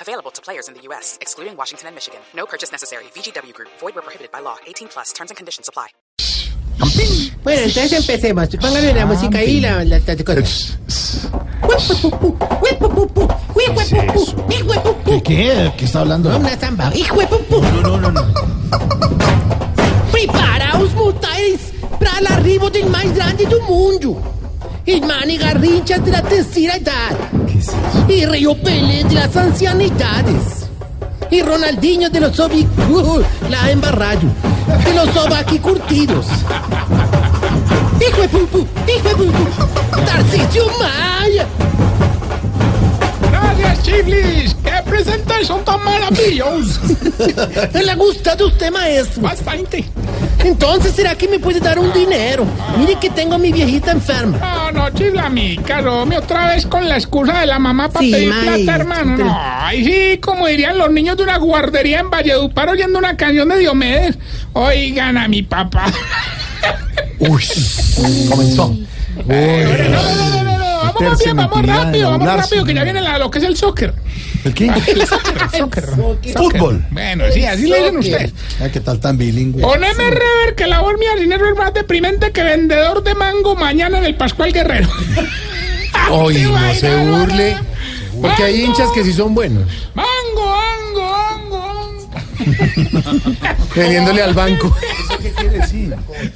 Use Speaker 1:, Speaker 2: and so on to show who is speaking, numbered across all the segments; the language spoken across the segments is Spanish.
Speaker 1: Available to players in the U.S., excluding Washington and Michigan. No purchase necessary. VGW Group, void were prohibited by law. 18 plus terms and conditions apply.
Speaker 2: Bueno, entonces empecemos. Póngale la música ahí y la, la, la, la cosa.
Speaker 3: ¿Qué, qué? ¿Qué está hablando?
Speaker 2: Una zamba. Hijo de pupu.
Speaker 3: No, no, no.
Speaker 2: Preparaos, mutáis, para el arribo del más grande del mundo. El mani garrincha de la tercera edad.
Speaker 3: ¿Qué es eso?
Speaker 2: Y Río Pelé de las ancianidades. Y Ronaldinho de los obi... uh, la embarrallo. De los aquí curtidos. Hijo de pupu, hijo de pupu. Tarcisio Maya.
Speaker 4: Gracias, Chiflis. ¡Qué presentación tan maravillosa!
Speaker 2: ¿Le ha gustado usted, maestro?
Speaker 4: Bastante.
Speaker 2: Entonces, ¿será que me puede dar un dinero? Mire que tengo a mi viejita enferma.
Speaker 4: No, no, Chifla, mi caro. Me otra vez con la excusa de la mamá para
Speaker 2: Sí,
Speaker 4: pedir
Speaker 2: maestro,
Speaker 4: plata, hermano.
Speaker 2: pero-
Speaker 4: No, ay, sí, como dirían los niños de una guardería en Valledupar oyendo una canción de Diomedes. Oigan a mi papá.
Speaker 3: Uy, comenzó.
Speaker 4: No,
Speaker 3: Uy,
Speaker 4: no, no, no, no, no, Vamos
Speaker 3: Meterse
Speaker 4: rápido,
Speaker 3: en
Speaker 4: vamos
Speaker 3: intimidad,
Speaker 4: rápido, vamos
Speaker 3: doblarse.
Speaker 4: rápido, que ya viene la- lo que es el soccer.
Speaker 3: ¿El qué?
Speaker 4: El soccer, el soccer.
Speaker 3: Fútbol.
Speaker 4: Bueno, sí, así le dicen ustedes.
Speaker 3: Ay, Ah, ¿Qué tal tan bilingüe?
Speaker 4: Poneme rever que la bolmia del dinero es más deprimente que vendedor de mango mañana en el Pascual Guerrero.
Speaker 5: Oy,
Speaker 4: ¿Te
Speaker 5: no
Speaker 4: imaginas,
Speaker 5: se burle,
Speaker 4: Álvaro?
Speaker 5: porque hay
Speaker 4: Mango,
Speaker 5: hinchas que sí son buenos,
Speaker 4: Mango, mango, mango, mango.
Speaker 5: vendiéndole al banco.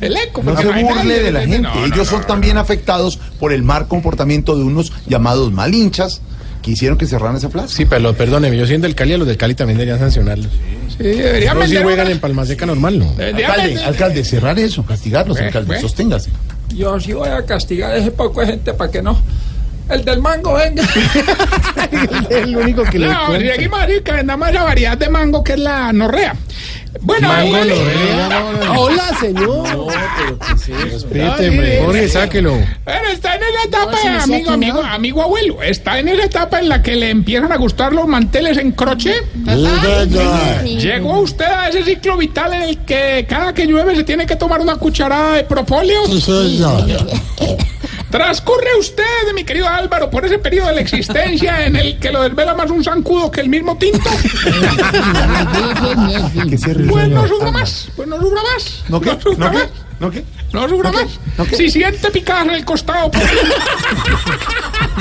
Speaker 4: El eco.
Speaker 3: No
Speaker 4: porque
Speaker 3: se
Speaker 4: imagínate,
Speaker 3: burle de la
Speaker 4: no,
Speaker 3: gente.
Speaker 4: no,
Speaker 3: Ellos son también afectados por el mal comportamiento de unos llamados malinchas que hicieron que cerraran esa plaza.
Speaker 5: Sí, pero perdóneme, yo siendo del Cali, a los del Cali también deberían sancionarlos.
Speaker 4: Sí, debería
Speaker 5: No si
Speaker 4: vender
Speaker 5: juegan
Speaker 4: una-
Speaker 5: en Palmaseca normal, ¿no?
Speaker 4: debería
Speaker 3: Eh, Alcalde,
Speaker 4: vender-
Speaker 3: alcalde, cerrar eso, castigarlos, alcalde,
Speaker 4: eh.
Speaker 3: sosténgase.
Speaker 6: Yo sí voy a castigar a ese poco de gente para que no. El del mango venga.
Speaker 5: Es el único que le
Speaker 4: No, si aquí
Speaker 5: cuenta.
Speaker 4: marica, vendamos la variedad de mango que es la norrea. Bueno, eh,
Speaker 5: Mango
Speaker 4: igual-
Speaker 5: Lorrea, no, no, no.
Speaker 2: Hola, señor.
Speaker 5: Respéteme, Jorge, sáquelo.
Speaker 4: Bueno, está en esa etapa,
Speaker 7: se me hace
Speaker 4: amigo,
Speaker 7: que
Speaker 4: amigo,
Speaker 7: no.
Speaker 4: amigo abuelo. Está en esa etapa en la que le empiezan a gustar los manteles en crochet. Llegó usted a ese ciclo vital en el que cada que llueve se tiene que tomar una cucharada de propóleo. Transcurre usted, mi querido Álvaro, por ese periodo de la existencia en el que lo desvela más un zancudo que el mismo tinto.
Speaker 3: Que cierre el
Speaker 4: Pues
Speaker 3: señor.
Speaker 4: no sufra más, pues no sufra más.
Speaker 3: Ah, ¿No qué?
Speaker 4: sufra
Speaker 3: ¿No qué?
Speaker 4: más.
Speaker 3: ¿No qué?
Speaker 4: No sufra más. Si siente picadas en el costado por,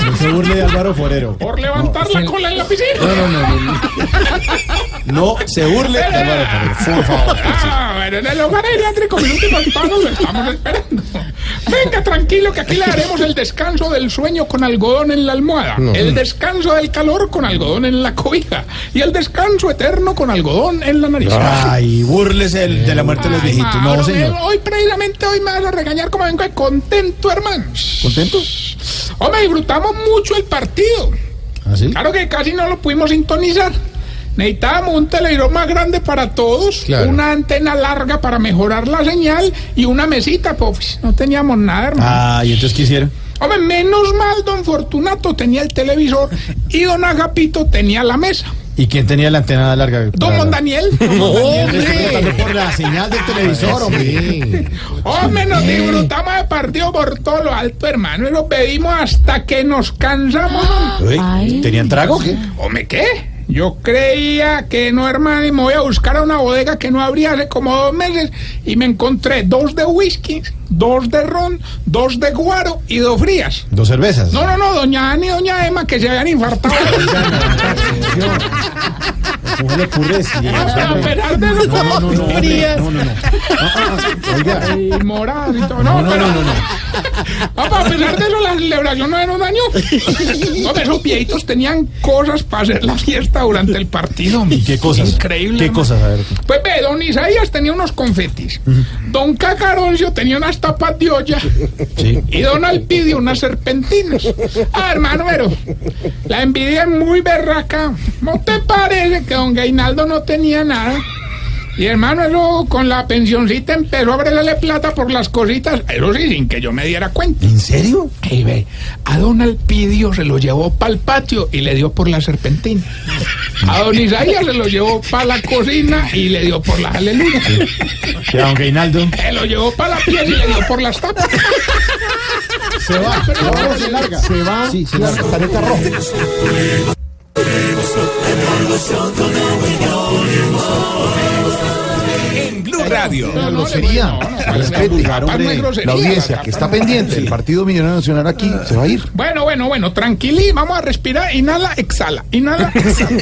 Speaker 3: No se burle de Álvaro Forero.
Speaker 4: por levantar la cola en la piscina.
Speaker 3: No se burle de Álvaro Forero, por favor.
Speaker 4: Ah, bueno, en el hogar geriátrico Minúsculo Hispano lo estamos esperando. Venga, tranquilo, que aquí le haremos el descanso del sueño con algodón en la almohada, el descanso del calor con algodón en la cobija y el descanso eterno con algodón en la nariz.
Speaker 3: Ah, Ay, burles el, de la muerte de los
Speaker 4: Ay,
Speaker 3: viejitos.
Speaker 4: Mauro,
Speaker 3: No, señor.
Speaker 4: me- Hoy, precisamente, hoy me vas a regañar como vengo de contento, hermano.
Speaker 3: ¿Contento?
Speaker 4: Hombre, disfrutamos mucho el partido.
Speaker 3: ¿Así?
Speaker 4: Claro que casi no lo pudimos sintonizar. Necesitábamos un televisor más grande para todos,
Speaker 5: Claro.
Speaker 4: una antena larga para mejorar la señal y una mesita, pues no teníamos nada, hermano.
Speaker 3: Ah, y entonces quisieron.
Speaker 4: Hombre, menos mal don Fortunato tenía el televisor y don Agapito tenía la mesa.
Speaker 3: ¿Y quién tenía la antena larga?
Speaker 4: Don
Speaker 3: Claro.
Speaker 4: Daniel, don Daniel.
Speaker 3: Preguntando por la señal del televisor, hombre.
Speaker 4: hombre, nos disfrutamos de partido por todo lo alto, hermano, y lo pedimos hasta que nos cansamos.
Speaker 3: Uy, ¿Tenían trago o qué?
Speaker 4: Hombre, ¿qué? Yo creía que no, hermano, y me voy a buscar a una bodega que no abría hace como dos meses y me encontré dos de whisky, dos de ron, dos de guaro y dos frías.
Speaker 3: Dos cervezas.
Speaker 4: No, no, no, doña Ana y doña Emma que se habían infartado.
Speaker 3: ¿Cómo le ocurre decir eso,
Speaker 4: a
Speaker 3: hombre?
Speaker 4: pesar de los
Speaker 3: No, no, no, hombre,
Speaker 2: Frías.
Speaker 3: no, no, no. Ah, ah, Oiga,
Speaker 4: y moradas y todo. No, pero, Papá, a pesar de eso, la celebración no era un daño. No, pero esos viejitos tenían cosas para hacer la fiesta durante el partido.
Speaker 3: ¿y qué cosas?
Speaker 4: Increíble.
Speaker 3: ¿Qué
Speaker 4: hermano.
Speaker 3: cosas? A ver.
Speaker 4: Pues ve, don Isaías tenía unos confetis. Don Cacaroncio tenía unas tapas de olla. Y don Alpidio unas serpentinas. Ah, hermano, pero la envidia es muy berraca. ¿No te parece que don Gainaldo no tenía nada? Y hermano, eso con la pensioncita empezó a brelele plata por las cositas, eso sí, sin que yo me diera cuenta.
Speaker 3: ¿En serio?
Speaker 4: Y ve, a don Alpidio se lo llevó para el patio y le dio por la serpentina. A don Isaías se lo llevó para la cocina y le dio por las aleluyas.
Speaker 5: Y a don Reinaldo.
Speaker 4: Se lo llevó para la piel y le dio por las tapas.
Speaker 5: Se va.
Speaker 3: No, se larga.
Speaker 5: Se va.
Speaker 3: Sí, se larga. Tarjeta roja.
Speaker 7: En Blue Radio.
Speaker 4: No, no,
Speaker 3: grosería.
Speaker 4: no, no, no,
Speaker 3: Respete.
Speaker 4: vulgar, hombre. No es grosería,
Speaker 3: La audiencia
Speaker 4: acá,
Speaker 3: que está pendiente del Partido Millonario Nacional aquí se va a ir.
Speaker 4: Bueno, bueno, bueno, tranquilí, vamos a respirar, inhala, exhala, inhala, exhala.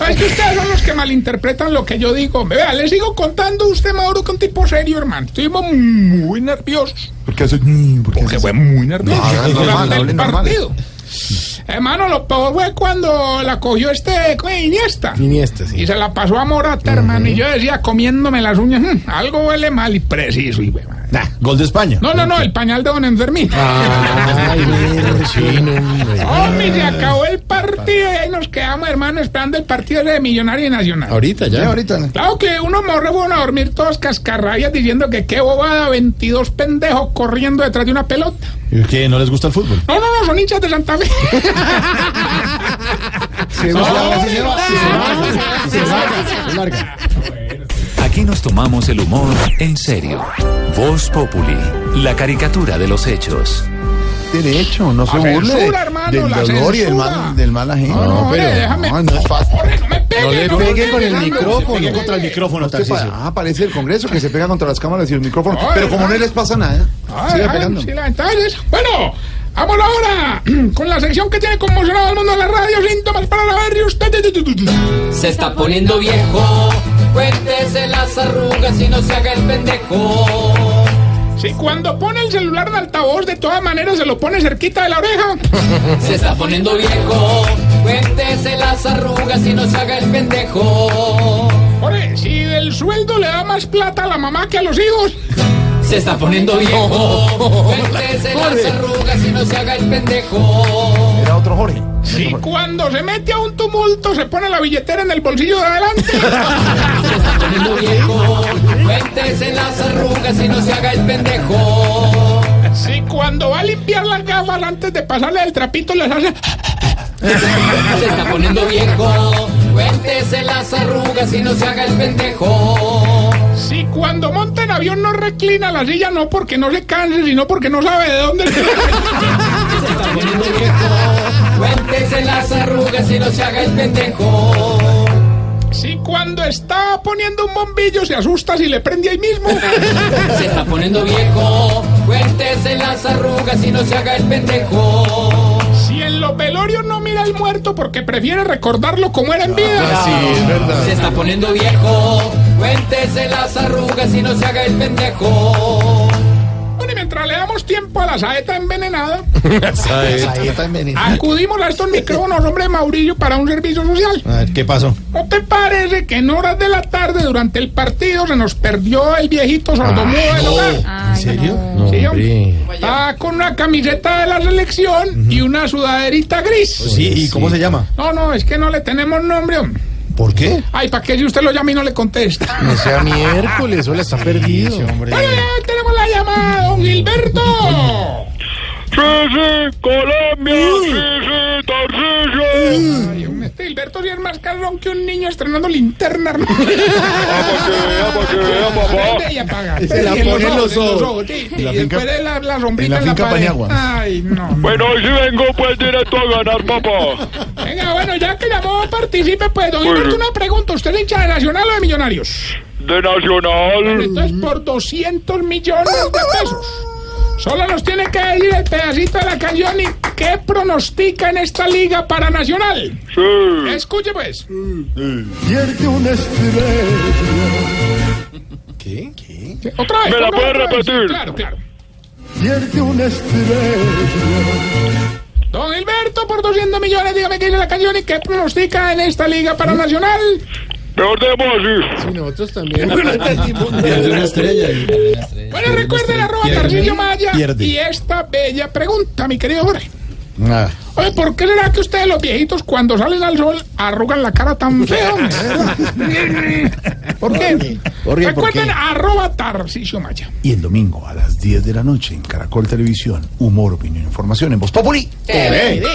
Speaker 4: Ay, que ustedes son los que malinterpretan lo que yo digo. Vea, les sigo contando usted, Maduro, que un tipo serio, hermano. Estuvimos muy nerviosos.
Speaker 3: Porque hace. mm, porque
Speaker 4: Porque
Speaker 3: hace-
Speaker 4: fue muy nervioso
Speaker 3: No, hagan normal,
Speaker 4: durante el
Speaker 3: hablen normal.
Speaker 4: partido. Hermano, lo peor fue cuando la cogió este ¿cómo es? Iniesta.
Speaker 5: Iniesta, sí.
Speaker 4: Y se la pasó a Morata, hermano. Y yo decía, comiéndome las uñas, "Mm, algo huele mal y preciso. Y, güey, madre.
Speaker 5: Gol de España.
Speaker 4: no, no, no, el pañal de Don Enfermín.
Speaker 5: Ay, no, chino, hombre.
Speaker 4: Hombre, Oh, se acabó el partido y ahí nos quedamos, hermano, esperando el partido de Millonario y Nacional.
Speaker 5: Ahorita
Speaker 3: Ya,
Speaker 5: ya.
Speaker 3: ahorita. ¿no?
Speaker 4: Claro que uno morre van a dormir todos cascarrabias diciendo que qué bobada, 22 pendejos corriendo detrás de una pelota.
Speaker 5: ¿Qué? ¿No les gusta el fútbol?
Speaker 4: No, no, no, son hinchas de Santa Fe.
Speaker 3: Se va,
Speaker 4: No,
Speaker 3: se va, se va.
Speaker 5: Se larga. Se larga.
Speaker 7: Aquí nos tomamos el humor en serio. Voz Populi, la caricatura de los hechos.
Speaker 3: Tiene hecho, no se
Speaker 4: La
Speaker 3: burle de-
Speaker 4: censura, hermano,
Speaker 3: del
Speaker 4: la
Speaker 3: dolor y del
Speaker 4: censura.
Speaker 3: mal, del mal ajeno.
Speaker 4: No, hombre, déjame.
Speaker 3: No, no es fácil.
Speaker 4: Jorge, no me pegue,
Speaker 5: No le
Speaker 4: no me
Speaker 5: pegue con el
Speaker 4: Alejandro.
Speaker 5: micrófono.
Speaker 4: No me pegue.
Speaker 5: Contra el micrófono,
Speaker 3: Usted pa-
Speaker 5: Tarcisio.
Speaker 3: Ah, parece el Congreso que se pega contra las cámaras y el micrófono.
Speaker 4: Ay,
Speaker 3: Pero como no
Speaker 4: ay.
Speaker 3: les pasa nada,
Speaker 4: Ay,
Speaker 3: sigue
Speaker 4: ay,
Speaker 3: pegando.
Speaker 4: sí, la ventaja es- Bueno, vamos ahora con la sección que tiene conmocionado al mundo de la radio, síntomas para la barrio. Usted.
Speaker 8: Se está poniendo viejo, cuéntese las arrugas y no se haga el pendejo.
Speaker 4: Si cuando pone el celular en altavoz, de todas maneras se lo pone cerquita de la oreja.
Speaker 8: Se está poniendo viejo, cuéntese las arrugas y no se haga el pendejo.
Speaker 4: Ore, si del sueldo le da más plata a la mamá que a los hijos.
Speaker 8: Se está poniendo viejo, cuéntese las arrugas y no se haga el pendejo.
Speaker 3: Era otro Jorge.
Speaker 4: Si cuando se mete a un tumulto, se pone la billetera en el bolsillo de adelante.
Speaker 8: Se está poniendo viejo, cuéntese las arrugas y no se haga el pendejo.
Speaker 4: Si cuando va a limpiar las gafas antes de pasarle el trapito, les hace.
Speaker 8: Se está poniendo viejo, cuéntese las arrugas y no se haga el pendejo.
Speaker 4: Si cuando monta en avión no reclina la silla, no porque no se canse, sino porque no sabe de dónde.
Speaker 8: Se está poniendo viejo. Cuéntese las arrugas y no se haga el pendejo.
Speaker 4: si cuando está poniendo un bombillo, se asusta si le prende ahí mismo.
Speaker 8: Se está poniendo viejo. Cuéntese las arrugas y no se haga el pendejo.
Speaker 4: Si en los velorios no mira el muerto porque prefiere recordarlo como era en vida.
Speaker 3: es verdad.
Speaker 8: Se está poniendo viejo. Cuéntese las arrugas y no se haga el pendejo.
Speaker 4: Bueno, y mientras le damos tiempo a la saeta envenenada,
Speaker 3: Ahí está envenenado.
Speaker 4: acudimos a estos micrófonos, hombre Maurillo, para un servicio social.
Speaker 5: A ver, ¿qué pasó?
Speaker 4: ¿No te parece que en horas de la tarde durante el partido se nos perdió el viejito sordomudo
Speaker 5: Ah,
Speaker 4: del hogar?
Speaker 5: ¿En serio? No,
Speaker 4: Sí, hombre.
Speaker 5: hombre.
Speaker 4: Estaba con una camiseta de la selección y una sudaderita gris.
Speaker 5: Sí, ¿y cómo se llama?
Speaker 4: No, no, es que no le tenemos nombre, hombre.
Speaker 5: ¿Por qué?
Speaker 4: Ay, ¿para qué si usted lo llama y no le contesta?
Speaker 5: No sea miércoles, hola, está perdido. hombre.
Speaker 4: Bueno, ya tenemos la llamada, don Gilberto.
Speaker 9: Sí, sí, Colombia, sí, sí, Tarcillo.
Speaker 4: Ay, hombre, este Gilberto sí es más cabrón que un niño estrenando linterna, hermano.
Speaker 9: Ah, para que vea, papá.
Speaker 4: Prende y apaga.
Speaker 5: Se la
Speaker 4: Y en
Speaker 5: pone en los ojos.
Speaker 4: sí,
Speaker 3: En la
Speaker 4: y
Speaker 3: finca-
Speaker 4: después de la, la sombrita
Speaker 3: en la finca
Speaker 4: pared.
Speaker 3: Paniagua.
Speaker 4: Ay, no.
Speaker 9: Bueno, hoy sí vengo pues directo a ganar, papá.
Speaker 4: Venga, bueno, ya que llamó, participe, pues, don
Speaker 9: Bueno.
Speaker 4: Gilberto, una pregunta. ¿Usted es hincha de Nacional o de Millonarios?
Speaker 9: De Nacional.
Speaker 4: Entonces, por 200 millones de pesos. Solo nos tiene que decir el pedacito de la canción y qué pronostica en esta liga para Nacional.
Speaker 9: Sí.
Speaker 4: Escuche, pues.
Speaker 5: Pierde una estrella. ¿Qué? ¿Qué?
Speaker 4: Sí, Otra vez.
Speaker 9: ¿Me la
Speaker 4: otra
Speaker 9: puede
Speaker 4: vez, otra vez. Sí,
Speaker 9: repetir?
Speaker 4: Claro, claro.
Speaker 5: Pierde una estrella.
Speaker 4: Don Gilberto, por 200 millones, dígame qué dice la canción y qué pronostica en esta liga para Nacional.
Speaker 9: Mejor dejemos así.
Speaker 5: Sí, nosotros también. Pierde una estrella.
Speaker 4: Bueno, recuerden, arroba
Speaker 5: pierde,
Speaker 4: Tarcillo Maya
Speaker 5: pierde.
Speaker 4: y esta bella pregunta, mi querido Jorge.
Speaker 5: Ah.
Speaker 4: Oye, ¿por qué será que ustedes los viejitos cuando salen al sol arrugan la cara tan feo? ¿Por qué?
Speaker 3: ¿Por qué? ¿Por qué?
Speaker 4: Recuerden, arroba Tarcisio Maya.
Speaker 3: Y el domingo a las 10 de la noche en Caracol Televisión, humor, opinión, información en Voz Populi.
Speaker 4: TV.